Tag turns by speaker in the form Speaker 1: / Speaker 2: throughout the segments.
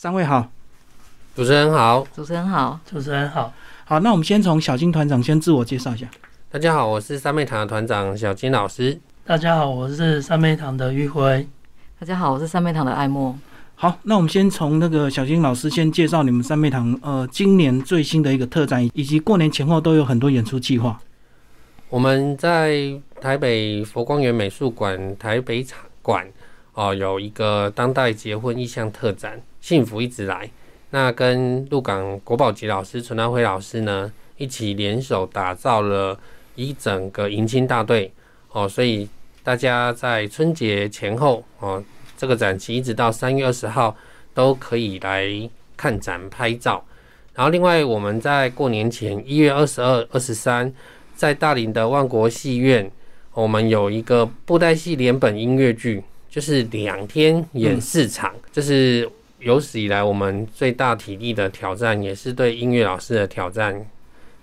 Speaker 1: 三位好，
Speaker 2: 主持人好，
Speaker 3: 主持人好，
Speaker 4: 主持人好，
Speaker 1: 好，那我们先从小金团长先自我介绍一下。
Speaker 2: 大家好，我是三妹堂的团长小金老师。
Speaker 4: 大家好，我是三妹堂的玉辉。
Speaker 3: 大家好，我是三妹堂的艾莫。
Speaker 1: 好，那我们先从那个小金老师先介绍你们三妹堂呃今年最新的一个特展，以及过年前后都有很多演出计划。
Speaker 2: 我们在台北佛光园美术馆台北场馆哦，有一个当代结婚意向特展《幸福一直来》，那跟鹿港国宝级老师陈南辉老师呢一起联手打造了一整个迎亲大队哦，所以大家在春节前后哦，这个展期一直到三月二十号都可以来看展拍照。然后另外我们在过年前一月二十二、二十三，在大林的万国戏院，我们有一个布袋戏连本音乐剧，就是两天演四场，这是有史以来我们最大体力的挑战，也是对音乐老师的挑战。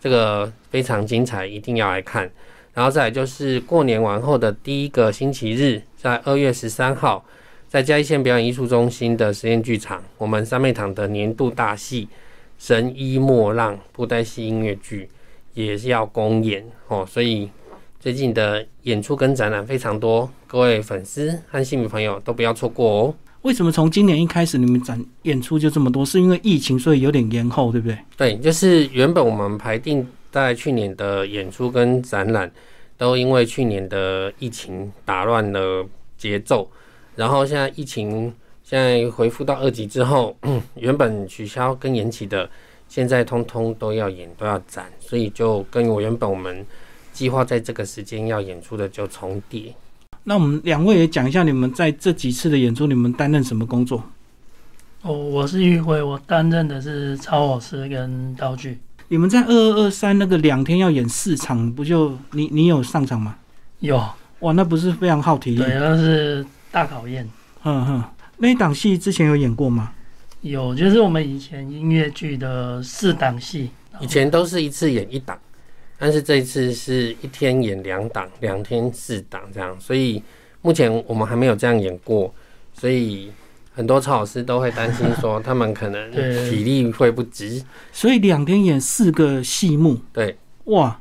Speaker 2: 这个非常精彩，一定要来看。然后再来就是过年完后的第一个星期日，在二月十三号，在嘉义县表演艺术中心的实验剧场，我们三妹堂的年度大戏《神医莫浪》布袋戏音乐剧也是要公演哦，所以最近的演出跟展览非常多，各位粉丝和戏迷朋友都不要错过哦。
Speaker 1: 为什么从今年一开始你们展演出就这么多？是因为疫情所以有点延后，对不对？
Speaker 2: 对，就是原本我们排定在去年的演出跟展览，都因为去年的疫情打乱了节奏，然后现在疫情现在恢复到二级之后， 原本取消跟延期的，现在通通都要演都要展，所以就跟我原本我们计划在这个时间要演出的就重叠。
Speaker 1: 那我们两位也讲一下你们在这几次的演出，你们担任什么工作？
Speaker 4: 哦，我是玉辉，我担任的是超老师跟道具，
Speaker 1: 你们在二二二三那个两天要演四场，不就你你有上场吗？
Speaker 4: 有
Speaker 2: 嗯
Speaker 1: 哇，那不是非常耗体力。
Speaker 4: 对，啊那是大考验。
Speaker 1: 嗯哼，那一档戏之前有演过吗？
Speaker 4: 有，就是我们以前音乐剧的四档戏，
Speaker 2: 以前都是一次演一档，但是这一次是一天演两档，两天四档这样，所以目前我们还没有这样演过，所以很多超老师都会担心说他们可能
Speaker 4: 对
Speaker 2: 体力会不支，
Speaker 1: 所以两天演四个戏目，
Speaker 2: 对，
Speaker 1: 哇，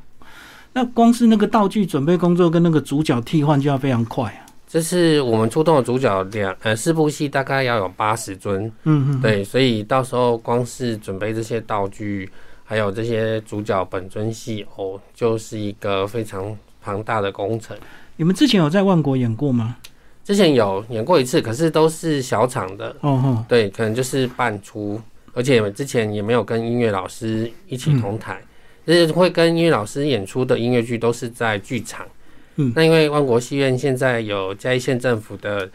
Speaker 1: 那光是那个道具准备工作跟那个主角替换就要非常快啊。
Speaker 2: 这是我们出动的主角两呃四部戏大概要有八十尊，
Speaker 1: 嗯嗯，
Speaker 2: 对，所以到时候光是准备这些道具，还有这些主角本尊戏偶，就是一个非常庞大的工程。
Speaker 1: 你们之前有在万国演过吗？
Speaker 2: 之前有演过一次，可是都是小场的，
Speaker 1: 哦吼，
Speaker 2: 对，可能就是半出，而且之前也没有跟音乐老师一起同台，就是会跟音乐老师演出的音乐剧都是在剧场。
Speaker 1: 嗯
Speaker 2: 那因为万国戏院现在有嘉义县政府的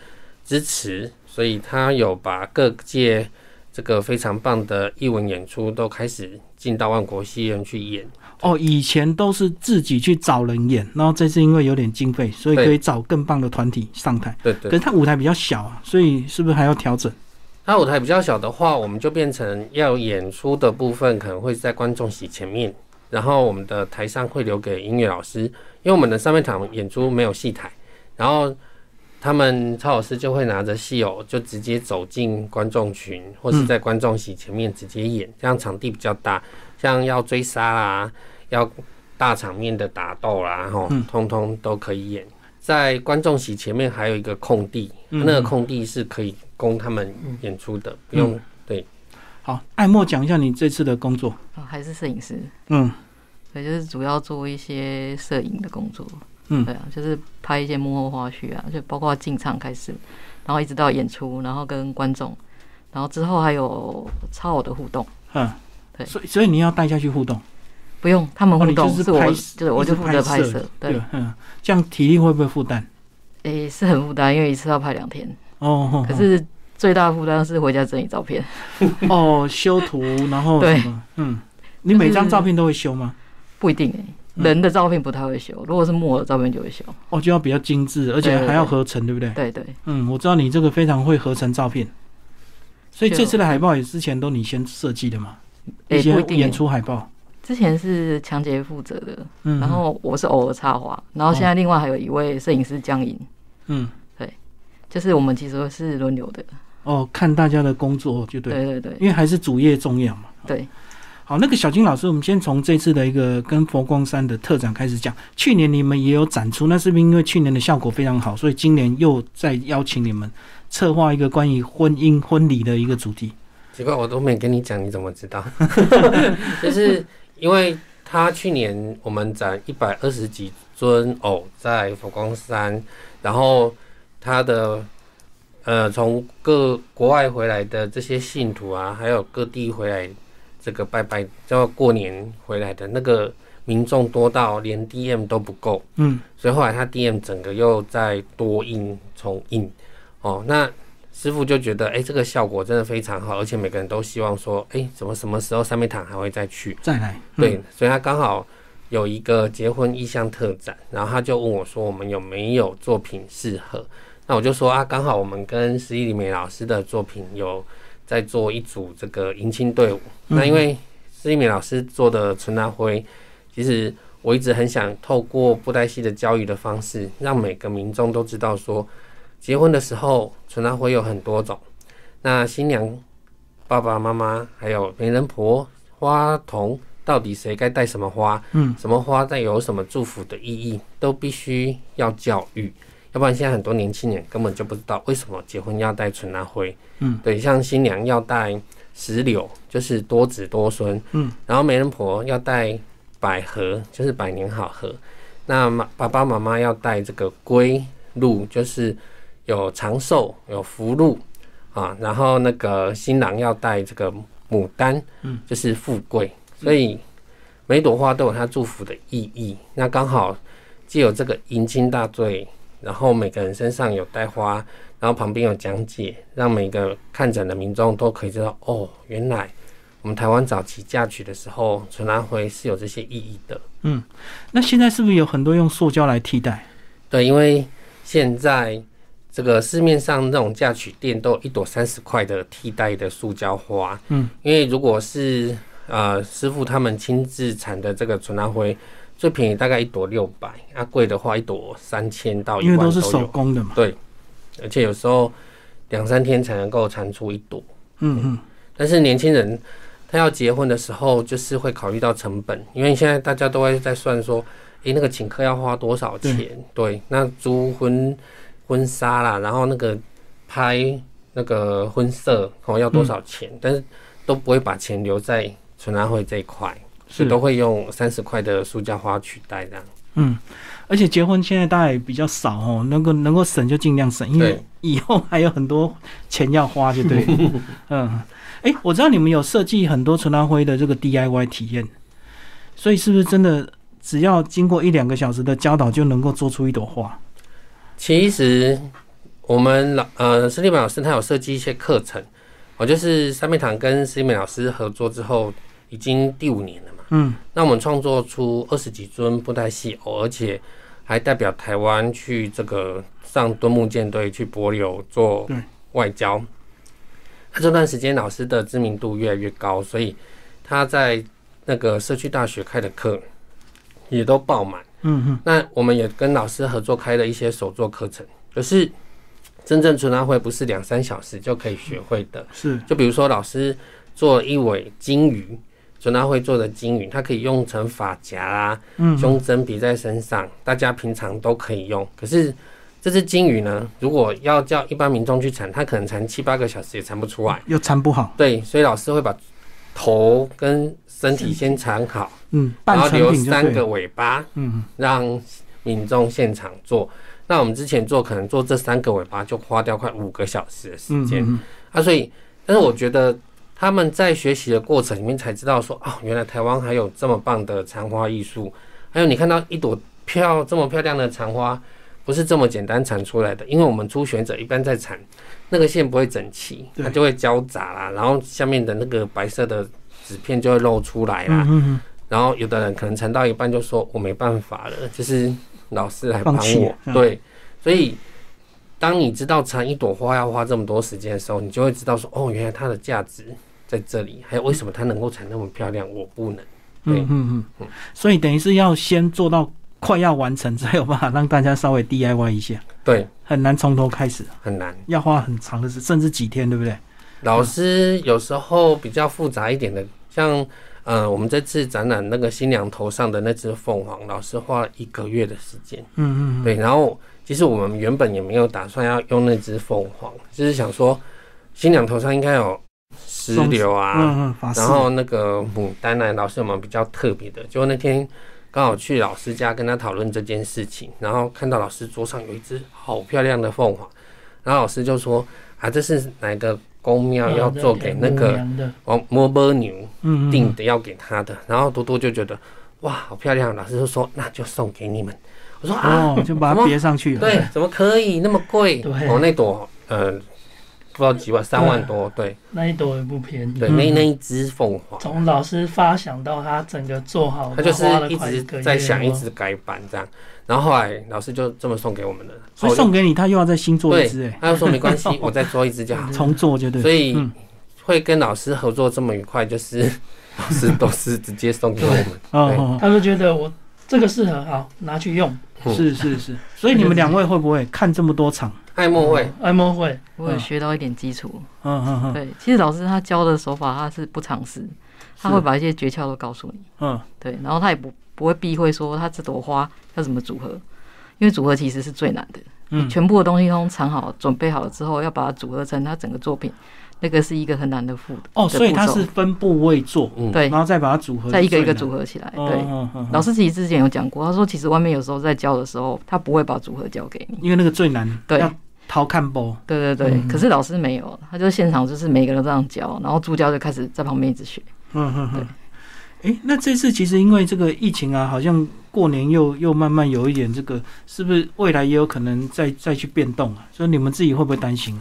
Speaker 2: 支持，所以他有把各界这个非常棒的艺文演出都开始进到万国戏院去演。
Speaker 1: 哦，以前都是自己去找人演，然后这次因为有点经费，所以
Speaker 2: 对
Speaker 1: 可以找更棒的团体上台。
Speaker 2: 对
Speaker 1: 可是
Speaker 2: 对
Speaker 1: 它舞台比较小啊，所以是不是还要调整？
Speaker 2: 那舞台比较小的话，我们就变成要演出的部分可能会在观众席前面，然后我们的台上会留给音乐老师，因为我们的上面场演出没有戏台，然后他们超老师就会拿着戏偶就直接走进观众群，或是在观众席前面直接演，这样场地比较大，像要追杀啦，要大场面的打斗啦，吼
Speaker 1: 嗯，
Speaker 2: 通通都可以演。在观众席前面还有一个空地，
Speaker 1: 嗯
Speaker 2: 那个空地是可以供他们演出的，不
Speaker 1: 嗯
Speaker 2: 用
Speaker 1: 好，艾莫讲一下你这次的工作。
Speaker 3: 哦，还是摄影师，
Speaker 1: 嗯，
Speaker 3: 对，就是主要做一些摄影的工作。
Speaker 1: 嗯
Speaker 3: 对啊，就是拍一些幕后花絮啊，就包括进场开始，然后一直到演出，然后跟观众，然后之后还有超偶的互动。
Speaker 1: 嗯，
Speaker 3: 对
Speaker 1: 所以所以你要带下去互动，
Speaker 3: 不用，他们
Speaker 1: 哦
Speaker 3: 互
Speaker 1: 你就
Speaker 3: 动、
Speaker 1: 是
Speaker 3: 我，
Speaker 1: 拍
Speaker 3: 就是我就负责拍摄。对，
Speaker 1: 吧，嗯，这样体力会不会负担？
Speaker 3: 诶、是很负担，因为一次要拍两天。
Speaker 1: 哦，吼
Speaker 3: 可是最大的负担是回家整理照片。
Speaker 1: 哦，修图，然后
Speaker 3: 对
Speaker 1: 什么？嗯，你每张照片都会修吗？
Speaker 3: 不一定哎、
Speaker 1: 嗯
Speaker 3: 人的照片不太会修，如果是木偶的照片就会修。
Speaker 1: 哦，就要比较精致，而且
Speaker 3: 对对
Speaker 1: 还要合成，对不对？
Speaker 3: 对对，
Speaker 1: 嗯，我知道你这个非常会合成照片，所以
Speaker 3: 就
Speaker 1: 这次的海报也之前都你先设计的嘛，
Speaker 3: 诶、
Speaker 1: 些
Speaker 3: 不一定欸、
Speaker 1: 演出海报。
Speaker 3: 之前是强杰负责的，
Speaker 1: 嗯，哦
Speaker 3: 然后我是偶尔插画，然后现在另外还有一位摄影师江颖，
Speaker 1: 嗯，
Speaker 3: 就是我们其实是轮流的，
Speaker 1: 哦，看大家的工作就对了，
Speaker 3: 对对对
Speaker 1: 因为还是主业重要嘛。
Speaker 3: 对，
Speaker 1: 好，那个小金老师，我们先从这次的一个跟佛光山的特展开始讲。去年你们也有展出，那是不是因为去年的效果非常好，所以今年又再邀请你们策划一个关于婚姻婚礼的一个主题？
Speaker 2: 奇怪，我都没跟你讲，你怎么知道？就是因为他去年我们展一百二十几尊偶在佛光山，然后他的呃从各国外回来的这些信徒啊，还有各地回来这个拜拜，叫过年回来的那个民众多到连 DM 都不够，
Speaker 1: 嗯，
Speaker 2: 所以后来他 DM 整个又再多印重印，哦，那师傅就觉得，哎、这个效果真的非常好，而且每个人都希望说，哎、怎么什么时候三昧堂还会再去？
Speaker 1: 再来，嗯
Speaker 2: 对，所以他刚好有一个结婚意向特展，然后他就问我说，我们有没有作品适合？那我就说啊，刚好我们跟十一里美老师的作品有在做一组这个迎亲队伍。
Speaker 1: 嗯
Speaker 2: 那因为施一敏老师做的纯拿灰，其实我一直很想透过布袋戏的教育的方式，让每个民众都知道说，结婚的时候纯拿灰有很多种。那新娘、爸爸妈妈还有媒人婆、花童，到底谁该带什么花？
Speaker 1: 嗯，
Speaker 2: 什么花带有什么祝福的意义，都必须要教育。要不然现在很多年轻人根本就不知道为什么结婚要带纯拿灰。
Speaker 1: 嗯，
Speaker 2: 对，像新娘要带石榴，就是多子多孙。
Speaker 1: 嗯，
Speaker 2: 然后媒人婆要带百合，就是百年好合。那妈爸爸妈妈要带这个龟鹿，就是有长寿有福禄啊。然后那个新郎要带这个牡丹，
Speaker 1: 嗯，
Speaker 2: 就是富贵。所以每朵花都有它祝福的意义。那刚好既有这个迎亲大队，然后每个人身上有带花，然后旁边有讲解，让每个看展的民众都可以知道哦，原来我们台湾早期嫁娶的时候，纯拿灰是有这些意义的。
Speaker 1: 那现在是不是有很多用塑胶来替代？
Speaker 2: 对，因为现在这个市面上那种嫁娶店都有一朵三十块的替代的塑胶花，
Speaker 1: 嗯，
Speaker 2: 因为如果是呃师傅他们亲自产的这个纯拿灰，最便宜大概一朵六百，啊贵的话一朵三千到一
Speaker 1: 因为
Speaker 2: 万
Speaker 1: 都是
Speaker 2: 都
Speaker 1: 手
Speaker 2: 有，
Speaker 1: 工的嘛。
Speaker 2: 而且有时候两三天才能够产出一朵。
Speaker 1: 嗯嗯，
Speaker 2: 但是年轻人他要结婚的时候，就是会考虑到成本，因为现在大家都会在算说，诶，那个请客要花多少钱？对，那租婚婚纱啦，然后那个拍那个婚摄哦要多少钱？但是都不会把钱留在存纳会这一块，所以
Speaker 1: 是
Speaker 2: 都会用三十块的塑胶花取代这样。
Speaker 1: 嗯，而且结婚现在大家也比较少哦，能够能够省就尽量省，因为
Speaker 2: 对
Speaker 1: 以后还有很多钱要花，就对 了。嗯，哎、我知道你们有设计很多陈兰辉的这个 DIY 体验，所以是不是真的只要经过一两个小时的教导就能够做出一朵花？
Speaker 2: 其实我们老呃，施立美老师他有设计一些课程，我就是三妹堂跟施立美老师合作之后，已经第五年了嘛。
Speaker 1: 嗯，
Speaker 2: 那我们创作出二十几尊布袋戏偶，而且还代表台湾去这个上敦睦舰队去帛琉做
Speaker 1: 对
Speaker 2: 外交。那这段时间老师的知名度越来越高，所以他在那个社区大学开的课也都爆满。
Speaker 1: 嗯嗯，
Speaker 2: 那我们也跟老师合作开了一些手作课程，可是真正纯拉会不是两三小时就可以学会的。
Speaker 1: 是，
Speaker 2: 就比如说老师做一尾金鱼，纯拉会做的金鱼，它可以用成发夹啦、
Speaker 1: 嗯，
Speaker 2: 胸针别在身上，大家平常都可以用。可是这只金鱼呢，如果要叫一般民众去缠，它可能缠七八个小时也缠不出来。
Speaker 1: 又缠不好，
Speaker 2: 对，所以老师会把头跟身体先缠好，
Speaker 1: 嗯，
Speaker 2: 然后
Speaker 1: 半成
Speaker 2: 留
Speaker 1: 品就
Speaker 2: 三
Speaker 1: 对
Speaker 2: 个
Speaker 1: 了，
Speaker 2: 尾巴，
Speaker 1: 嗯，
Speaker 2: 让民众现场做。那我们之前做可能做这三个尾巴就花掉快五个小时的时
Speaker 1: 嗯
Speaker 2: 间、
Speaker 1: 嗯
Speaker 2: 啊，所以但是我觉得他们在学习的过程里面才知道说啊，原来台湾还有这么棒的残花艺术，还有你看到一朵漂这么漂亮的残花。不是这么简单产出来的，因为我们初选者一般在产那个线不会整齐，
Speaker 1: 对
Speaker 2: 它就会交杂啦，然后下面的那个白色的纸片就会露出来啦，
Speaker 1: 嗯嗯
Speaker 2: 然后有的人可能缠到一半就说我没办法了，就是老师来帮
Speaker 1: 放弃
Speaker 2: 我
Speaker 1: 了。嗯
Speaker 2: 对，所以当你知道缠一朵花要花这么多时间的时候，你就会知道说哦，原来它的价值在这里，还有为什么它能够缠那么漂亮，我不能。
Speaker 1: 嗯嗯嗯嗯，所以等于是要先做到快要完成，才有办法让大家稍微 DIY 一下，
Speaker 2: 对，
Speaker 1: 很难从头开始，
Speaker 2: 很难。
Speaker 1: 要花很长的时，甚至几天，对不对？
Speaker 2: 老师有时候比较复杂一点的，像呃，我们这次展览那个新娘头上的那只凤凰，老师花了一个月的时间。
Speaker 1: 嗯嗯
Speaker 2: 对，然后其实我们原本也没有打算要用那只凤凰，就是想说新娘头上应该有石榴啊，
Speaker 1: 嗯嗯，法师
Speaker 2: 然，后那个牡丹呢，老师我们比较特别的，就那天刚好去老师家跟他讨论这件事情，然后看到老师桌上有一只好漂亮的凤凰，然后老师就说啊，这是哪个公
Speaker 1: 哦
Speaker 4: 呃
Speaker 2: 庙要做给那个
Speaker 4: 的
Speaker 2: 王摩波牛
Speaker 1: 嗯
Speaker 2: 定
Speaker 1: 嗯，
Speaker 2: 的要给他的，然后多多就觉得哇好漂亮，老师就说那就送给你们，我说啊。
Speaker 1: 哦，就把它别上去了，
Speaker 2: 对，怎么可以那么贵？
Speaker 4: 对
Speaker 2: 哦，那朵呃，不知道几万，三万多，对
Speaker 4: 那一朵也不便宜。
Speaker 2: 对，
Speaker 1: 嗯
Speaker 2: 那那一只凤凰，
Speaker 4: 从老师发想到他整个做好，
Speaker 2: 他就是
Speaker 4: 嗯花了
Speaker 2: 一
Speaker 4: 快个
Speaker 2: 直
Speaker 4: 月
Speaker 2: 在想，一
Speaker 4: 哦
Speaker 2: 直改版这样，然后后来老师就这么送给我们了，
Speaker 1: 所
Speaker 3: 哦
Speaker 1: 以送给你，他又要再新做一只，
Speaker 2: 对
Speaker 1: 哎，，
Speaker 2: 他就说没关系，我再做一只就好，
Speaker 1: 重做就对了，
Speaker 2: 所以
Speaker 1: 嗯
Speaker 2: 会跟老师合作这么愉快，就是老师都是直接送给我们，
Speaker 1: 哦，
Speaker 4: 他就觉得我这个适合，好拿去用。
Speaker 3: 嗯
Speaker 2: 嗯
Speaker 1: 哦是是是，所以你们两位会不会看这么多场？
Speaker 2: 爱莫会，
Speaker 4: 爱默哎 会，
Speaker 3: 我有学到一点基础。
Speaker 1: 嗯嗯嗯，
Speaker 3: 对，其实老师他教的手法他是不尝试，他会把一些诀窍都告诉你。
Speaker 1: 嗯
Speaker 3: 对，然后他也不不会避讳说他这朵花要怎么组合，因为组合其实是最难的。
Speaker 1: 嗯
Speaker 3: 全部的东西都藏好、准备好了之后，要把它组合成他整个作品，那个是一个很难的负的
Speaker 1: 哦，所以
Speaker 3: 步
Speaker 1: 它
Speaker 3: 骤
Speaker 1: 是分部位做，
Speaker 2: 嗯，
Speaker 3: 对
Speaker 1: 然，后再把它组合，
Speaker 3: 再一个一个组，合起来。
Speaker 1: 哦
Speaker 3: 对，
Speaker 1: 哦哦
Speaker 3: 老师其实之前有讲过，他说其实外面有时候在教的时候，他不会把组合教给你。嗯
Speaker 1: 因为那个最难，
Speaker 3: 对
Speaker 1: 要掏看包，
Speaker 3: 对对对，可是老师没有，他就现场就是每个人都这样教，然后助教就开始在旁边一直 学。
Speaker 1: 嗯嗯嗯。哎，那这次其实因为这个疫情啊，好像过年又又慢慢有一点这个，是不是未来也有可能再再去变动啊？所以你们自己会不会担心啊？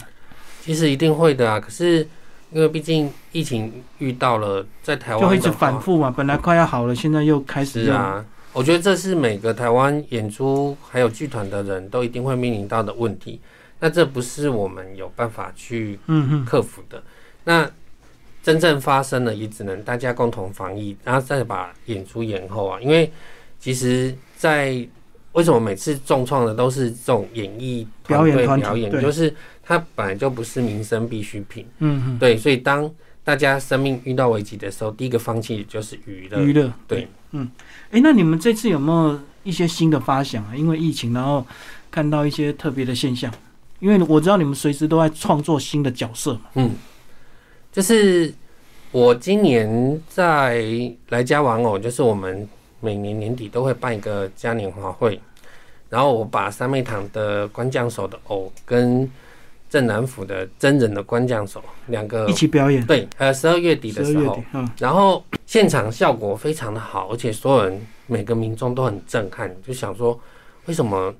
Speaker 2: 其实一定会的啊，可是因为毕竟疫情遇到了，在台湾
Speaker 1: 就会一
Speaker 2: 的
Speaker 1: 直
Speaker 2: 话嗯
Speaker 1: 反复嘛，本来快要好了，现在又开始
Speaker 2: 是
Speaker 1: 又，
Speaker 2: 啊，我觉得这是每个台湾演出还有剧团的人都一定会面临到的问题。那这不是我们有办法去
Speaker 1: 嗯嗯，
Speaker 2: 克服的。那真正发生了，也只能大家共同防疫，然后再把演出延后啊。因为其实在，为什么每次重创的都是这种演艺团
Speaker 1: 表演
Speaker 2: 队
Speaker 1: 团体
Speaker 2: 表演，
Speaker 1: 对
Speaker 2: 就是它本来就不是民生必需品。
Speaker 1: 嗯
Speaker 2: 对，所以当大家生命遇到危机的时候，第一个放弃的就是娱乐
Speaker 1: 嗯，。娱乐，
Speaker 2: 对，
Speaker 1: 哎，那你们这次有没有一些新的发想啊？因为疫情，然后看到一些特别的现象，因为我知道你们随时都在创作新的角色嘛，
Speaker 2: 就是我今年在来家玩偶，就是我们每年年底都会办一个嘉年华会，然后我把三妹堂的官将手的偶跟正南府的真人的官将手两个
Speaker 1: 一起表演，
Speaker 2: 对，呃，十二月底
Speaker 1: 十
Speaker 2: 的
Speaker 1: 二
Speaker 2: 时
Speaker 1: 月
Speaker 2: 候
Speaker 1: 底，，嗯
Speaker 2: 然后现场效果非常的好，而且所有人每个民众都很震撼，就想说为什么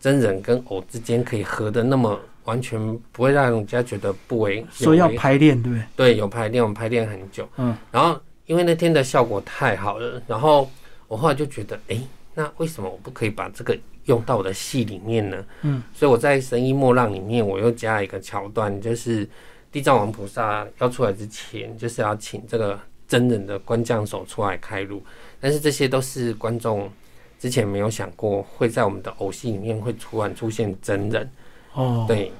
Speaker 2: 真人跟偶之间可以合的那么完全不会让人家觉得不为
Speaker 1: 说要
Speaker 2: 有违
Speaker 1: 排练，对不对？
Speaker 2: 对，有排练，我们排练很久。
Speaker 1: 嗯，
Speaker 2: 然后因为那天的效果太好了，然后我后来就觉得，诶，那为什么我不可以把这个用到我的戏里面呢？
Speaker 1: 嗯，
Speaker 2: 所以我在《神医莫让》里面，我又加了一个桥段，就是地藏王菩萨要出来之前，就是要请这个真人的官将手出来开路，但是这些都是观众。之前没有想过会在我们的偶戏里面会突然出现真人，
Speaker 1: 哦，，
Speaker 2: 对，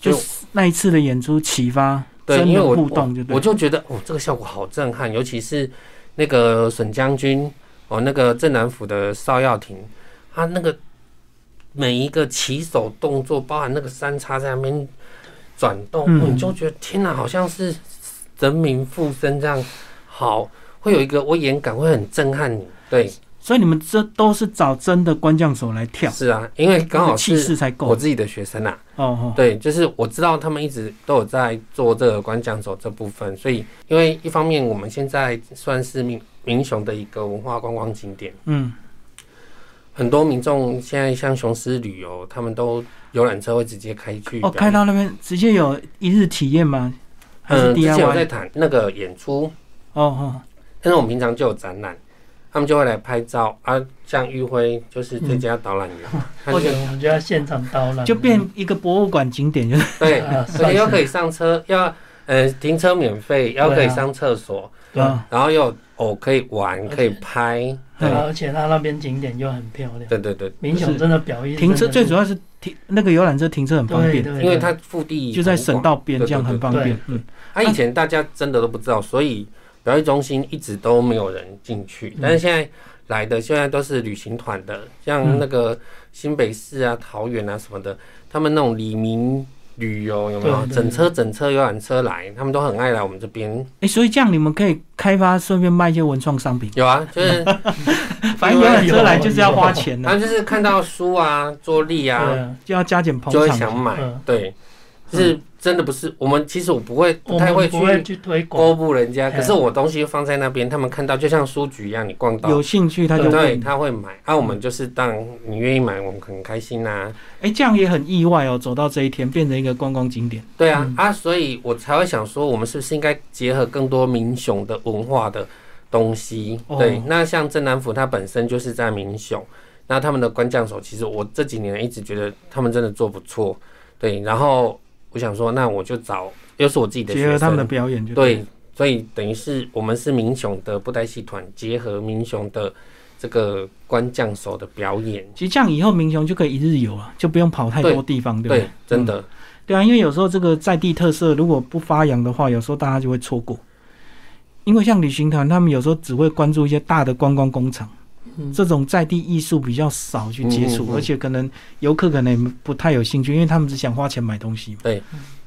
Speaker 1: 就
Speaker 2: 就是
Speaker 1: 那一次的演出启发
Speaker 2: 对，
Speaker 1: 真
Speaker 2: 因为
Speaker 1: 人
Speaker 2: 我
Speaker 1: 互动就对
Speaker 2: 我，我就觉得哦，这个效果好震撼，尤其是那个沈将军哦，那个镇南府的邵耀庭，他那个每一个起手动作，包含那个三叉在那边转动，
Speaker 1: 嗯
Speaker 2: 哦你就觉得天哪，好像是人民附身这样，好会有一个威严感，会很震撼你。对，
Speaker 1: 所以你们这都是找真的官将手来跳，
Speaker 2: 是啊，因为刚
Speaker 1: 那
Speaker 2: 好
Speaker 1: 个气势
Speaker 2: 是
Speaker 1: 才
Speaker 2: 我
Speaker 1: 够。
Speaker 2: 自己的学生啊，
Speaker 1: 哦哦，
Speaker 2: 对，就是我知道他们一直都有在做这个观讲手这部分，所以因为一方面我们现在算是民民雄的一个文化观光景点，
Speaker 1: 嗯，
Speaker 2: 很多民众现在像雄狮旅游，他们都游览车会直接开去
Speaker 1: 哦，
Speaker 2: 表
Speaker 1: 开
Speaker 2: 演
Speaker 1: 到那边直接有一日体验吗？还是
Speaker 2: 嗯，之前有在
Speaker 1: DIY？
Speaker 2: 谈那个演出，
Speaker 1: 哦哦，
Speaker 2: 但是我们平常就有展览，他们就会来拍照啊。像玉辉就是最佳导览员，他
Speaker 4: 或
Speaker 2: 就
Speaker 4: 者我们就要现场导览，
Speaker 1: 就变一个博物馆景点，就是
Speaker 2: 对，
Speaker 4: 啊
Speaker 2: 而
Speaker 4: 算
Speaker 2: 且
Speaker 4: 是
Speaker 2: 又可以上车，要呃停车免费，要可
Speaker 4: 对
Speaker 2: 可
Speaker 4: 啊
Speaker 2: 以上厕所。
Speaker 4: 对啊
Speaker 2: 哦然后又有偶可以玩，可以拍，
Speaker 4: 对
Speaker 1: 嗯
Speaker 4: 啊，而且它那边景点又很漂亮。
Speaker 2: 对对对，
Speaker 4: 民雄
Speaker 1: 是
Speaker 4: 真的表意
Speaker 1: 停车最主
Speaker 4: 要
Speaker 1: 要是停那个游览车停车很方
Speaker 4: 对
Speaker 1: 便，
Speaker 4: 对，
Speaker 2: 因为
Speaker 4: 对
Speaker 2: 它腹地
Speaker 1: 就在
Speaker 2: 很广
Speaker 1: 省道边，
Speaker 2: 对对
Speaker 1: 这样很方便。嗯，
Speaker 2: 他以前大家真的都不知道，所以表演中心一直都没有人进去。但是现在来的现在都是旅行团的，像那个新北市啊、桃园啊什么的，他们那种李明旅游有没有
Speaker 4: 对？对
Speaker 2: 整车整车游览车来，他们都很爱来我们这边。
Speaker 1: 哎，所以这样你们可以开发，顺便卖一些文创商品。
Speaker 2: 有啊，就是
Speaker 1: 反正游览车来就是要花钱
Speaker 2: 他
Speaker 1: 的，
Speaker 2: 们就是看到书啊、桌历
Speaker 4: 对
Speaker 2: 啊，
Speaker 4: 啊，
Speaker 1: 就要加减捧
Speaker 2: 就会想
Speaker 1: 场。
Speaker 2: 买
Speaker 4: 嗯。
Speaker 2: 对，是真的不是我们，其实我不会不
Speaker 4: 我
Speaker 2: 太
Speaker 4: 们
Speaker 2: 会
Speaker 4: 不会
Speaker 2: 去。
Speaker 4: 去推广
Speaker 2: 勾，布人家，
Speaker 4: 嗯
Speaker 2: 可是我东西放在那边，他们看到就像书局一样，你逛到
Speaker 1: 有嗯兴趣他就
Speaker 2: 对，
Speaker 1: 问。
Speaker 2: 他会买。啊，我们就是当你愿意买，我们很开心啊呐、
Speaker 1: 哎，这样也很意外哦，走到这一天变成一个观光景点。
Speaker 2: 对啊，啊，所以我才会想说，我们是不是应该结合更多民雄的文化的东西？
Speaker 1: 哦
Speaker 2: 对，那像镇南府，它本身就是在民雄，那他们的官将手，其实我这几年一直觉得他们真的做不错。对，然后我想说，那我就找，又是我自己的学
Speaker 1: 结合
Speaker 2: 生，
Speaker 1: 他们的表演就
Speaker 2: 对，所以等于是我们是民雄的布袋戏团，结合民雄的这个官将手的表演。
Speaker 1: 其实这样以后民雄就可以一日游啊了，就不用跑太多
Speaker 2: 对
Speaker 1: 地方，对不
Speaker 2: 对
Speaker 1: 对？，
Speaker 4: 嗯
Speaker 2: 真的，
Speaker 1: 对啊，因为有时候这个在地特色如果不发扬的话，有时候大家就会错过。因为像旅行团，他们有时候只会关注一些大的观光工厂，
Speaker 4: 嗯
Speaker 1: 这种在地艺术比较少去接触，
Speaker 2: 嗯嗯嗯
Speaker 1: 而且可能游客可能也不太有兴趣，因为他们只想花钱买东西嘛。
Speaker 2: 对，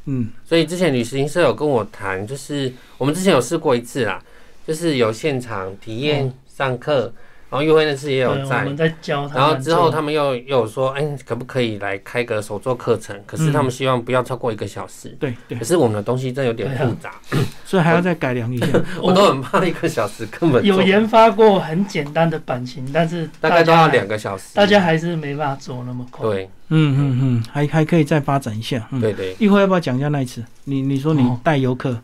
Speaker 1: 嗯，
Speaker 2: 所以之前旅行社有跟我谈，就是我们之前有试过一次啦，就是有现场体验上课，然后约会那次也
Speaker 4: 嗯对，
Speaker 2: 有
Speaker 4: 我
Speaker 2: 在
Speaker 4: 们，在教他们做。
Speaker 2: 然后之后他们又又有说，哎，可不可以来开个手作课程？可
Speaker 4: 嗯
Speaker 2: 是他们希望不要超过一个小时。
Speaker 1: 对对
Speaker 2: 可，是我们的东西真的有点复
Speaker 4: 哎
Speaker 2: 杂，
Speaker 1: 所以还要再改良一 下。
Speaker 2: 我都很怕一个小时根本做
Speaker 4: 有研发过很简单的版型，但是
Speaker 2: 大概都要
Speaker 4: 大家
Speaker 2: 两个小时。
Speaker 4: 大家还是没办法做那么快。
Speaker 2: 对
Speaker 1: 嗯嗯嗯，还还可以再发展一下。嗯，
Speaker 2: 对对，
Speaker 1: 一会要不要讲一下那一次？你你说你
Speaker 4: 哦
Speaker 1: 带游客，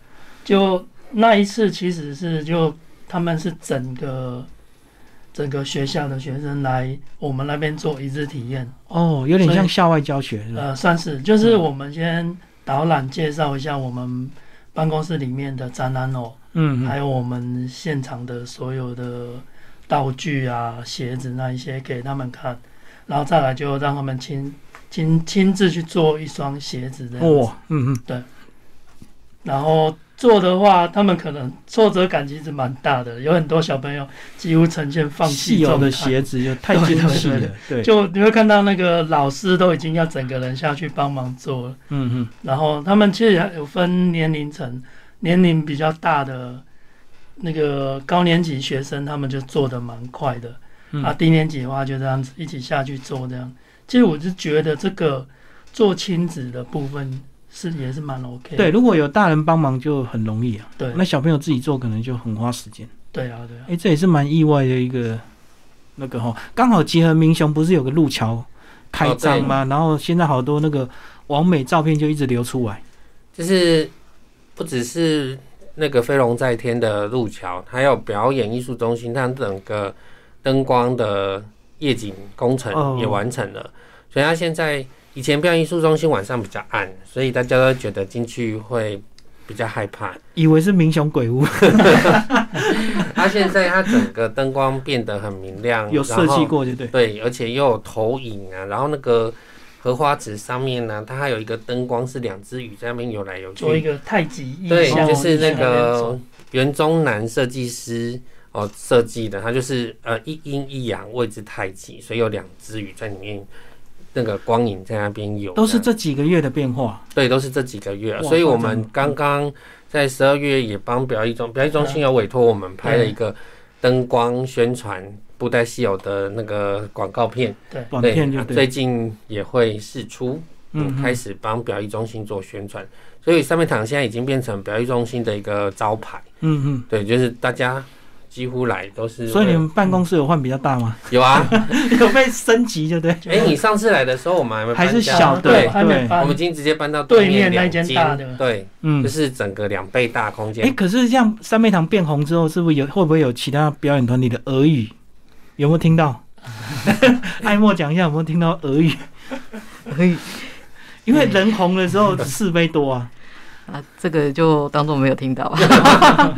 Speaker 4: 就那一次其实是就他们是整个整个学校的学生来我们那边做一日体验，
Speaker 1: 哦，有点
Speaker 4: 所以
Speaker 1: 像校外教学是吧？
Speaker 4: 呃，算是
Speaker 1: 嗯
Speaker 4: 就是我们先导览介绍一下我们办公室里面的展览哦，
Speaker 1: 嗯
Speaker 4: 还
Speaker 1: 嗯，
Speaker 4: 有我们现场的所有的道具啊、鞋子那一些给他们看，然后再来就让他们亲亲亲自去做一双鞋子这样子。
Speaker 1: 哇，嗯嗯，
Speaker 4: 然后做的话，他们可能挫折感其实蛮大的，有很多小朋友几乎呈现放
Speaker 1: 细
Speaker 4: 弃
Speaker 1: 油
Speaker 4: 状
Speaker 1: 的
Speaker 4: 态。
Speaker 1: 鞋子就太精细了，对，
Speaker 4: 就你会看到那个老师都已经要整个人下去帮忙做了，
Speaker 1: 嗯嗯，
Speaker 4: 然后他们其实还有分年龄层，年龄比较大的那个高年级学生，他们就做的蛮快的，
Speaker 1: 嗯
Speaker 4: 啊，低年级的话就这样子一起下去做这样。其实我就觉得这个做亲子的部分是也是蛮 OK 的，
Speaker 1: 对，如果有大人帮忙就很容易啊，
Speaker 4: 对
Speaker 1: 那小朋友自己做可能就很花时间。
Speaker 4: 对啊对啊，
Speaker 1: 哎，这也是蛮意外的一个那个哈，刚好结合民雄不是有个路桥开张吗？然后现在好多那个完美照片就一直流出来，
Speaker 2: 就是不只是那个飞龙在天的路桥，还有表演艺术中心，它整个灯光的夜景工
Speaker 1: 哦
Speaker 2: 程也完成了。所以它现在以前表演艺术中心晚上比较暗，所以大家都觉得进去会比较 害怕。
Speaker 1: 以为是民雄鬼屋，
Speaker 2: 它现在它整个灯光变得很明亮，
Speaker 1: 有设
Speaker 2: 然
Speaker 1: 计
Speaker 2: 后
Speaker 1: 过就对。
Speaker 2: 对，而且又有投影啊，然后那个荷花池上面呢、它还有一个灯光是两只鱼在那边游来游去，
Speaker 4: 做一个太极意
Speaker 2: 对
Speaker 4: 象，，
Speaker 2: 就是那
Speaker 4: 边
Speaker 2: 个
Speaker 4: 做
Speaker 2: 袁中南设计师哦设计的，他就是呃一阴一阳位置太极，所以有两只鱼在里面，那个光影在那边游，
Speaker 1: 都是
Speaker 2: 这
Speaker 1: 这几个月的变化，
Speaker 2: 对，都是这几个月，
Speaker 1: 哇
Speaker 2: 所以我
Speaker 1: 夸张
Speaker 2: 们
Speaker 1: 了
Speaker 2: 刚刚在十二月也帮表艺中表艺中心有委托我们拍了一个灯光宣传布袋戏偶的那个广告片，
Speaker 1: 短
Speaker 2: 对，
Speaker 1: 片就
Speaker 2: 啊
Speaker 1: 对。
Speaker 2: 最近也会试出。
Speaker 1: 嗯
Speaker 2: 嗯，
Speaker 1: 嗯
Speaker 2: 开始帮表艺中心做宣传，所以三面堂现在已经变成表艺中心的一个招牌。
Speaker 1: 嗯
Speaker 2: 对，就是大家几乎来都
Speaker 1: 嗯，
Speaker 2: 是会，
Speaker 1: 所以你们办公室有换比较大吗？
Speaker 2: 有啊？
Speaker 1: 有被升级就对。
Speaker 2: 哎、你上次来的时候我们还没搬
Speaker 1: 还是
Speaker 2: 家
Speaker 1: 小的
Speaker 2: 对，
Speaker 4: 还没
Speaker 2: 我
Speaker 4: 搬
Speaker 2: 们已经直接搬到
Speaker 4: 对
Speaker 2: 面
Speaker 4: 面那
Speaker 2: 两
Speaker 4: 间大的
Speaker 2: 对，
Speaker 1: 嗯
Speaker 2: 就，是整个两倍大空间。
Speaker 1: 哎、可是像三妹堂变红之后，是不是有会不会有其他表演团体的俄语？有没有听到？ 艾莫讲一下有没有听到俄语？俄语，因为人红的时候是非多啊，
Speaker 3: 啊，这个就当做没有听到吧。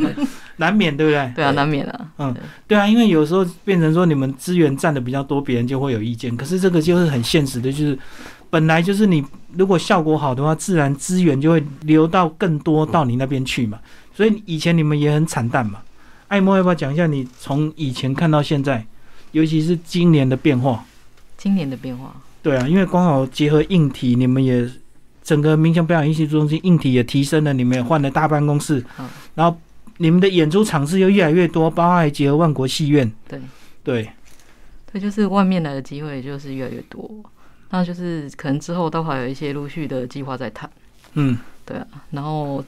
Speaker 1: 难免对不对？
Speaker 3: 对啊，
Speaker 2: 对
Speaker 3: 难免啊。
Speaker 1: 对啊，因为有时候变成说你们资源占的比较多，别人就会有意见。可是这个就是很现实的，就是本来就是你如果效果好的话，自然资源就会流到更多到你那边去嘛。所以以前你们也很惨淡嘛。艾莫要不要讲一下你从以前看到现在，尤其是今年的变化？
Speaker 3: 今年的变化，
Speaker 1: 对啊，因为刚好结合硬体，你们也整个民雄表演艺术中心硬体也提升了，你们也换了大办公室
Speaker 3: 嗯，
Speaker 1: 然后你们的演出场次又越来越多，包括还结合万国戏院。
Speaker 3: 对
Speaker 1: 对，
Speaker 3: 对，就是外面来的机会就是越来越多，那就是可能之后都还有一些陆续的计划在谈，
Speaker 1: 嗯，
Speaker 3: 对啊，然后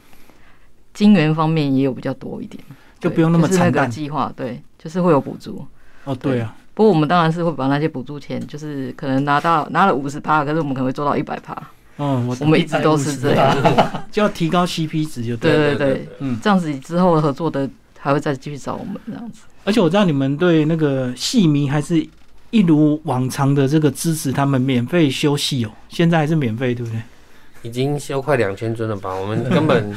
Speaker 3: 金源方面也有比较多一点，
Speaker 1: 就
Speaker 3: 对
Speaker 1: 不用那么
Speaker 3: 就是那
Speaker 1: 惨
Speaker 3: 个
Speaker 1: 淡。
Speaker 3: 计划，对，就是会有补助，
Speaker 1: 哦，对啊，
Speaker 3: 不过我们当然是会把那些补助钱，就是可能拿到拿了五十趴，可是我们可能会做到一百趴，
Speaker 1: 哦，我
Speaker 3: 我们一直都是这样，
Speaker 4: 样。
Speaker 1: 就要提高 CP 值就对了。
Speaker 3: 对
Speaker 2: 对
Speaker 3: 对
Speaker 2: 对
Speaker 3: 对，
Speaker 1: 嗯，
Speaker 3: 这样子之后合作的还会再继续找我们这样子，
Speaker 1: 而且我知道你们对那个戏迷还是一如往常的这个支持他们免费休息哦，现在还是免费，对不对？
Speaker 2: 已经修快两千尊了吧？我们根本，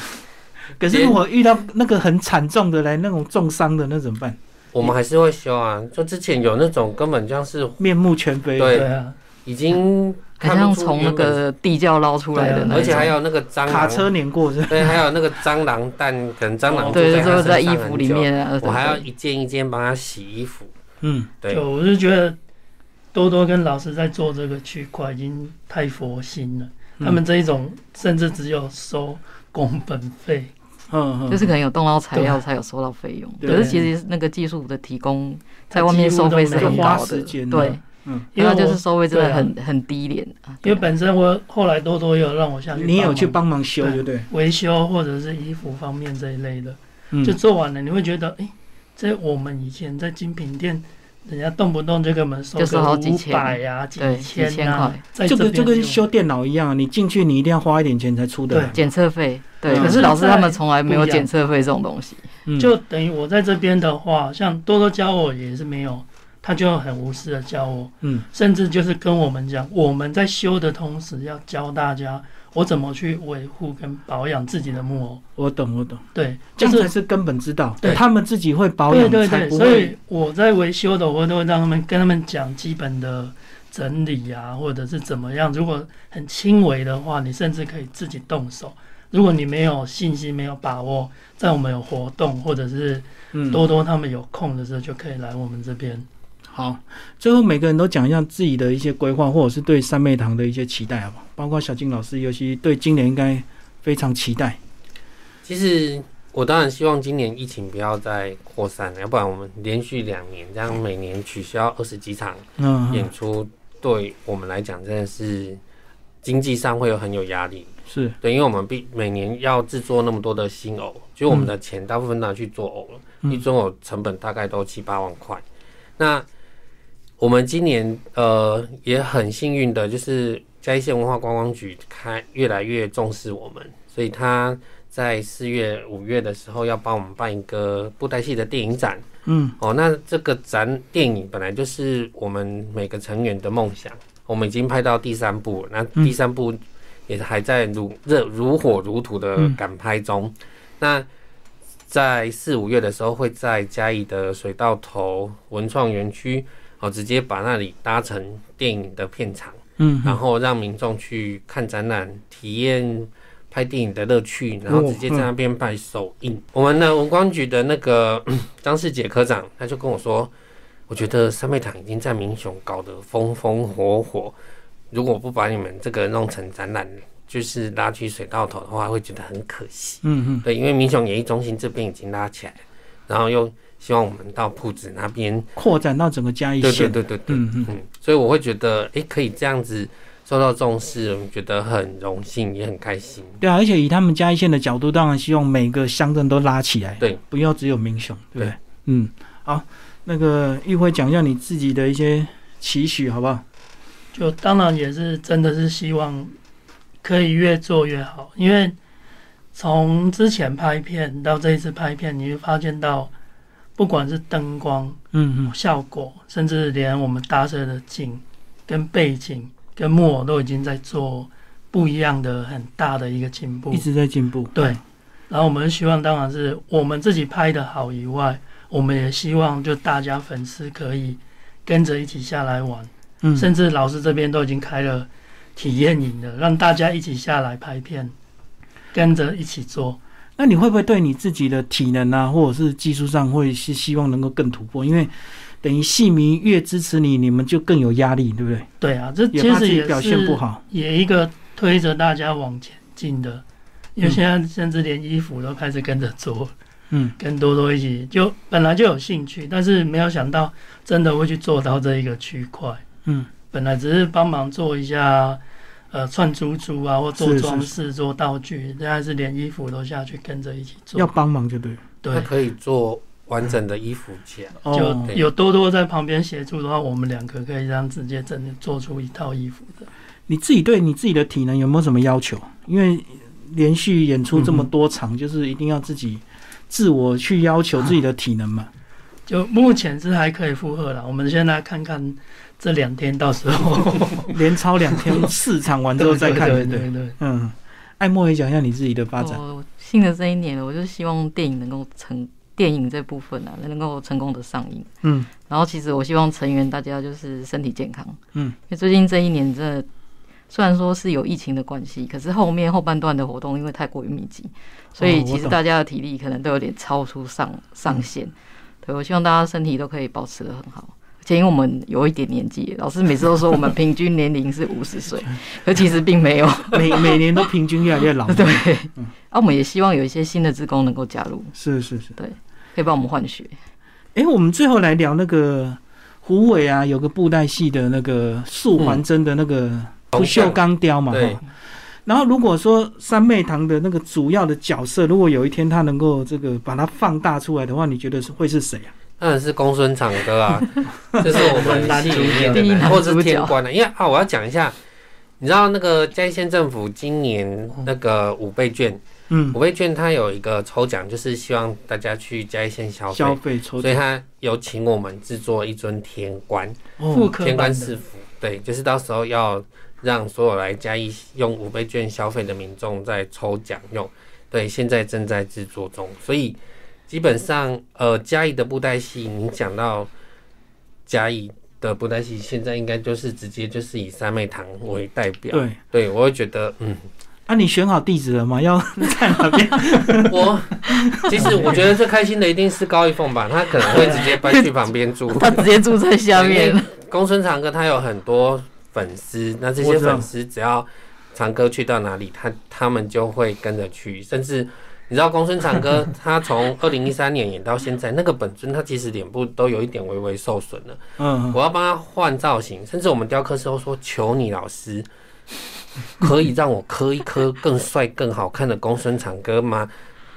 Speaker 1: 可是如果遇到那个很惨重的来那种重伤的，那怎么办？
Speaker 2: 我们还是会修啊。就之前有那种根本像是
Speaker 1: 面目全非。
Speaker 2: 对
Speaker 4: 对啊，
Speaker 2: 已经
Speaker 3: 很
Speaker 2: 看
Speaker 3: 像
Speaker 2: 不出
Speaker 3: 从那
Speaker 2: 原本是，
Speaker 3: 个地窖捞出来的那
Speaker 2: 而且还
Speaker 3: 有
Speaker 2: 有那个蟑螂
Speaker 1: 卡车碾过是吧
Speaker 2: 对，还有那个蟑螂蛋，可能蟑螂
Speaker 3: 哦对，
Speaker 2: 就
Speaker 3: 就是
Speaker 2: 在它
Speaker 3: 在
Speaker 2: 身
Speaker 3: 衣
Speaker 2: 上
Speaker 3: 服
Speaker 2: 很
Speaker 3: 里
Speaker 2: 久，
Speaker 3: 面啊，
Speaker 2: 我还要
Speaker 3: 对
Speaker 2: 一件一件帮它洗衣服。
Speaker 1: 嗯，
Speaker 2: 对，
Speaker 4: 就我是觉得多多跟老师在做这个区块已经太佛心了，
Speaker 1: 嗯
Speaker 4: 他们这一种甚至只有收工本费，
Speaker 1: 嗯嗯，
Speaker 3: 就是可能有动到材料
Speaker 2: 啊
Speaker 4: 对
Speaker 3: 才有收到费用，
Speaker 1: 对
Speaker 3: 可是其实那个技术的提供在外面收费是很
Speaker 1: 花
Speaker 3: 高
Speaker 1: 时
Speaker 3: 的，
Speaker 1: 间啊
Speaker 3: 对，，
Speaker 4: 因为
Speaker 3: 那
Speaker 4: 我
Speaker 3: 就是收费真
Speaker 4: 对
Speaker 3: 的
Speaker 4: 啊
Speaker 3: 很很低廉啊，
Speaker 4: 因
Speaker 3: 对
Speaker 4: 为本身我后来多多也有让我下去，
Speaker 1: 你有去帮忙修，对不对？
Speaker 4: 维修或者是衣服方面这一类的，
Speaker 1: 嗯
Speaker 4: 就做完了，你会觉得，哎、这我们以前在精品店，人家动不动就给我们收
Speaker 3: 就收
Speaker 4: 个
Speaker 3: 好几
Speaker 4: 五
Speaker 3: 千
Speaker 4: 百呀、几
Speaker 3: 对几千
Speaker 4: 千啊
Speaker 3: 块，
Speaker 4: 在
Speaker 1: 这个
Speaker 4: 边
Speaker 1: 就跟修电脑一样，你进去你一定要花一点钱才出的。
Speaker 3: 检测费，对，
Speaker 1: 嗯
Speaker 3: 可是老师他们从来没有
Speaker 4: 不一样
Speaker 3: 检测费这种东西，
Speaker 1: 嗯，
Speaker 4: 就等于我在这边的话，像多多教我也是没有，他就很无私的教我，
Speaker 1: 嗯，
Speaker 4: 甚至就是跟我们讲，我们在修的同时要教大家我怎么去维护跟保养自己的木偶，
Speaker 1: 我懂我懂，
Speaker 4: 对，
Speaker 1: 这
Speaker 4: 就
Speaker 1: 样才
Speaker 4: 是。
Speaker 1: 是根本之道。
Speaker 4: 对
Speaker 1: 他们自己会保
Speaker 4: 对
Speaker 1: 养，
Speaker 4: 对
Speaker 1: 才
Speaker 4: 对，
Speaker 1: 不
Speaker 4: 所
Speaker 1: 会
Speaker 4: 以我在维修的，我都会让他们跟他们讲基本的整理啊，或者是怎么样。如果很轻微的话，你甚至可以自己动手。如果你没有信心、没有把握，在我们有活动或者是
Speaker 1: 嗯
Speaker 4: 多多他们有空的时候，就可以来我们这边。
Speaker 1: 好。最后每个人都讲一下自己的一些规划，或者是对三妹堂的一些期待，好不好？包括小静老师，尤其对今年应该非常期待。
Speaker 2: 其实我当然希望今年疫情不要再扩散了，要不然我们连续两年这样每年取消二十几场
Speaker 1: 嗯，嗯
Speaker 2: 演出，对我们来讲真的是经济上会有很有压力。
Speaker 1: 是
Speaker 2: 对，因为我们必每年要制作那么多的新偶，就我们的钱大部分拿去做偶了，
Speaker 1: 嗯
Speaker 2: 一尊偶成本大概都七八万块。那我们今年呃也很幸运的，就是嘉义县文化观光局开越来越重视我们，所以他在四月、五月的时候要帮我们办一个布袋戏的电影展。
Speaker 1: 嗯
Speaker 2: 哦，那这个展电影本来就是我们每个成员的梦想，我们已经拍到第三部了，
Speaker 1: 嗯
Speaker 2: 那第三部也还在如热如火如荼的
Speaker 1: 嗯
Speaker 2: 赶拍中。那在四五月的时候，会在嘉义的水稻头文创园区哦，直接把那里搭成电影的片场。
Speaker 1: 嗯，
Speaker 2: 然后让民众去看展览，体验拍电影的乐趣，然后直接在那边办首映。我们的文光局的那个嗯张世杰科长，他就跟我说，我觉得三妹堂已经在民雄搞得风风火火，如果不把你们这个弄成展览，就是拉去水稻头的话，会觉得很可惜。
Speaker 1: 嗯嗯
Speaker 2: 对，因为民雄演艺中心这边已经拉起来了，然后又希望我们到铺子那边，
Speaker 1: 扩展到整个嘉义
Speaker 2: 对对
Speaker 1: 县。
Speaker 2: 对对对，
Speaker 1: 嗯嗯，
Speaker 2: 嗯，所以我会觉得，诶，可以这样子受到重视，我觉得很荣幸，也很开心。
Speaker 1: 对啊，而且以他们嘉义县的角度，当然希望每个乡镇都拉起来，
Speaker 2: 对，
Speaker 1: 不要只有民雄，对不对
Speaker 2: 对？
Speaker 1: 嗯，好，那个玉辉讲一下你自己的一些期许，好不好？
Speaker 4: 就当然也是真的是希望可以越做越好，因为从之前拍片到这一次拍片，你会发现到不管是灯光。
Speaker 1: 嗯嗯
Speaker 4: 效果，甚至连我们搭设的景、跟背景、跟木偶都已经在做不一样的很大的一个进步
Speaker 1: 一。直在进步。
Speaker 4: 对，然后我们希望当然是我们自己拍的好以外，我们也希望就大家粉丝可以跟着一起下来玩，
Speaker 1: 嗯，
Speaker 4: 甚至老师这边都已经开了体验营了，让大家一起下来拍片，跟着一起做。
Speaker 1: 那你会不会对你自己的体能啊，或者是技术上，会是希望能够更突破？因为等于戏迷越支持你，你们就更有压力，对不对？
Speaker 4: 对啊，这
Speaker 1: 也
Speaker 4: 其
Speaker 1: 怕自
Speaker 4: 实
Speaker 1: 己
Speaker 4: 也
Speaker 1: 表现
Speaker 4: 是
Speaker 1: 不好。
Speaker 4: 也一个推着大家往前进的，因为
Speaker 1: 嗯
Speaker 4: 现在甚至连衣服都开始跟着做。
Speaker 1: 嗯，
Speaker 4: 跟多多一起，就本来就有兴趣，但是没有想到真的会去做到这一个区块。
Speaker 1: 嗯，
Speaker 4: 本来只是帮忙做一下，呃，串珠珠啊，或做
Speaker 1: 是是
Speaker 4: 装饰、做道具，现在是连衣服都下去跟着一起
Speaker 1: 要
Speaker 4: 做。
Speaker 1: 帮忙就对了。
Speaker 2: 它
Speaker 4: 对，
Speaker 2: 可以做完整的衣服夹。
Speaker 1: 哦
Speaker 4: 就，有多多在旁边协助的话，我们两个可以让直接真的做出一套衣服的。
Speaker 1: 你自己对你自己的体能有没有什么要求？因为连续演出这么多场，就是一定要自己自我去要求自己的体能嘛。
Speaker 4: 就目前是还可以负荷了，我们现在看看这两天到时候
Speaker 1: 连超两天，四场完之后再看，对
Speaker 4: 对
Speaker 1: 不对？
Speaker 4: 对对，
Speaker 1: 嗯，艾莫也讲一下你自己的发展。
Speaker 3: 我哦新的这一年，我就希望电影能够成电影这部分啊，能够成功的上映。
Speaker 1: 嗯，
Speaker 3: 然后其实我希望成员大家就是身体健康，
Speaker 1: 嗯
Speaker 3: 因为最近这一年真的虽然说是有疫情的关系，可是后面后半段的活动因为太过于密集，所
Speaker 1: 哦
Speaker 3: 以
Speaker 1: 我
Speaker 3: 其实
Speaker 1: 懂嗯
Speaker 3: 大家的体力可能都有点超出上上限。对我希望大家身体都可以保持的很好。而且因为我们有一点年纪，老师每次都说我们平均年龄是五 十岁，可其实并没有。
Speaker 1: 每每年都平均越来越老。
Speaker 3: 对，啊，我们也希望有一些新的职工能够加入，
Speaker 1: 是是是。
Speaker 3: 可以帮我们换血。
Speaker 1: 哎、我们最后来聊那个胡伟啊，有个布袋戏的那个素还真的那个不锈钢雕嘛，
Speaker 2: 对
Speaker 1: 哈然后如果说三妹堂的那个主要的角色，如果有一天他能够这个把它放大出来的话，你觉得是会是谁啊？
Speaker 2: 当然是公孙长歌 啊，这是我们戏里面的
Speaker 3: 第一
Speaker 2: 人，
Speaker 3: 男
Speaker 2: 或者
Speaker 3: 主
Speaker 2: 是
Speaker 3: 角
Speaker 2: 天官的、因为啊，我要讲一下，你知道那个嘉义县政府今年那个五倍券，
Speaker 1: 嗯
Speaker 2: 五，倍券它有一个抽奖，就是希望大家去嘉义县消费，
Speaker 1: 消费抽
Speaker 2: 所以它有请我们制作一尊天官，
Speaker 4: 复
Speaker 1: 哦，
Speaker 4: 刻
Speaker 2: 天
Speaker 4: 版
Speaker 2: 官
Speaker 4: 的
Speaker 2: 赐福，对，就是到时候要让所有来嘉义用五倍券消费的民众在抽奖用，对，现在正在制作中，所以基本上呃嘉义的布袋戏，你讲到嘉义的布袋戏，现在应该就是直接就是以三妹堂为代表，
Speaker 1: 对。
Speaker 2: 对，我会觉得嗯，
Speaker 1: 啊，你选好地址了吗？要 在哪 边？
Speaker 2: 我其实我觉得最开心的一定是高一凤吧，他可能会直接搬去旁边住，
Speaker 3: 他直接住在下面，
Speaker 2: 公孙长歌他有很多粉丝，那这
Speaker 1: 我
Speaker 2: 些
Speaker 1: 知道
Speaker 2: 粉丝只要长歌去到哪里，他他们就会跟着去，甚至你知道公孙长歌 他从二零一三年演到现在，那个本尊他其实脸部都有一点微微受损了，
Speaker 1: 嗯，
Speaker 2: 我要帮他换造型，甚至我们雕刻师都说求你老师。可以让我刻一颗更帅、更好看的公孙长歌吗？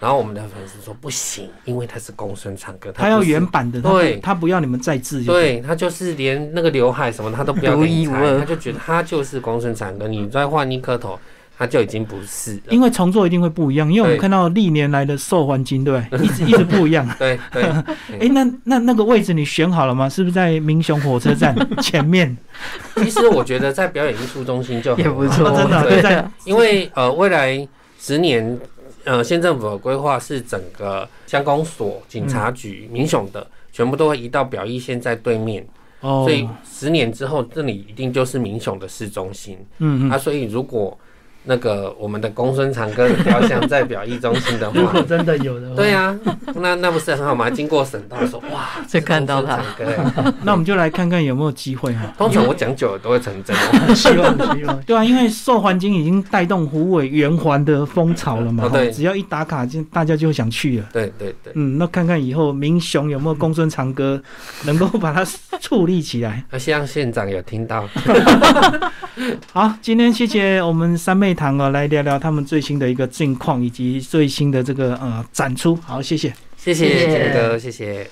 Speaker 2: 然后我们的粉丝说不行，因为他是公孙长歌，
Speaker 1: 他要
Speaker 2: 不是
Speaker 1: 原版的，他不
Speaker 2: 对
Speaker 1: 他不要你们再制。，
Speaker 2: 对他就是连那个刘海什么他都不要
Speaker 3: 独
Speaker 2: 给你
Speaker 3: 一无二
Speaker 2: 猜，他就觉得他就是公孙长歌，你再换一颗头，他就已经不是了。
Speaker 1: 因为重做一定会不一样，因为我们
Speaker 2: 对
Speaker 1: 看到历年来的受欢金，对 不对，一直一直不一样。
Speaker 2: 对对，
Speaker 1: 哎、那那那个位置你选好了吗？是不是在民雄火车 站前面？
Speaker 2: 其实我觉得在表演艺术中心就很
Speaker 3: 也不
Speaker 2: 好
Speaker 3: 错，
Speaker 1: 哦真的啊
Speaker 2: 对
Speaker 1: 就在
Speaker 2: 因为呃未来十年，呃县政府的规划是整个乡公所、警察局、民雄的全部都会移到表意线在对面，
Speaker 1: 哦
Speaker 2: 所以啊十年之后这里一定就是民雄的市中心。
Speaker 1: 嗯
Speaker 2: 啊，
Speaker 1: 嗯，
Speaker 2: 所以如果那个我们的公孙长歌的雕像在表意中心的
Speaker 4: 如果
Speaker 2: 话，
Speaker 4: 真的有的话，
Speaker 2: 对啊呀、那那不是很好吗？经过省道说哇，
Speaker 3: 就看到他
Speaker 2: 这是公孙长歌耶
Speaker 1: 那我们就来看看有没有机会哈。
Speaker 2: 通常我讲久了都会成真哦。
Speaker 4: 希望希望。
Speaker 1: 对啊，因为受环境已经带动虎尾圆环的风潮了嘛，
Speaker 2: 哦对
Speaker 1: 哈只要一打卡，就大家就想去了。
Speaker 2: 对对对，
Speaker 1: 嗯，那看看以后民雄有没有公孙长歌能够把它矗立起来。
Speaker 2: 那希望县长有听到。
Speaker 1: 好，今天谢谢我们三妹堂哦，来聊聊他们最新的一个近况以及最新的这个呃展出。好，谢谢。
Speaker 2: 谢谢
Speaker 3: 谢谢
Speaker 2: 建哥，谢谢。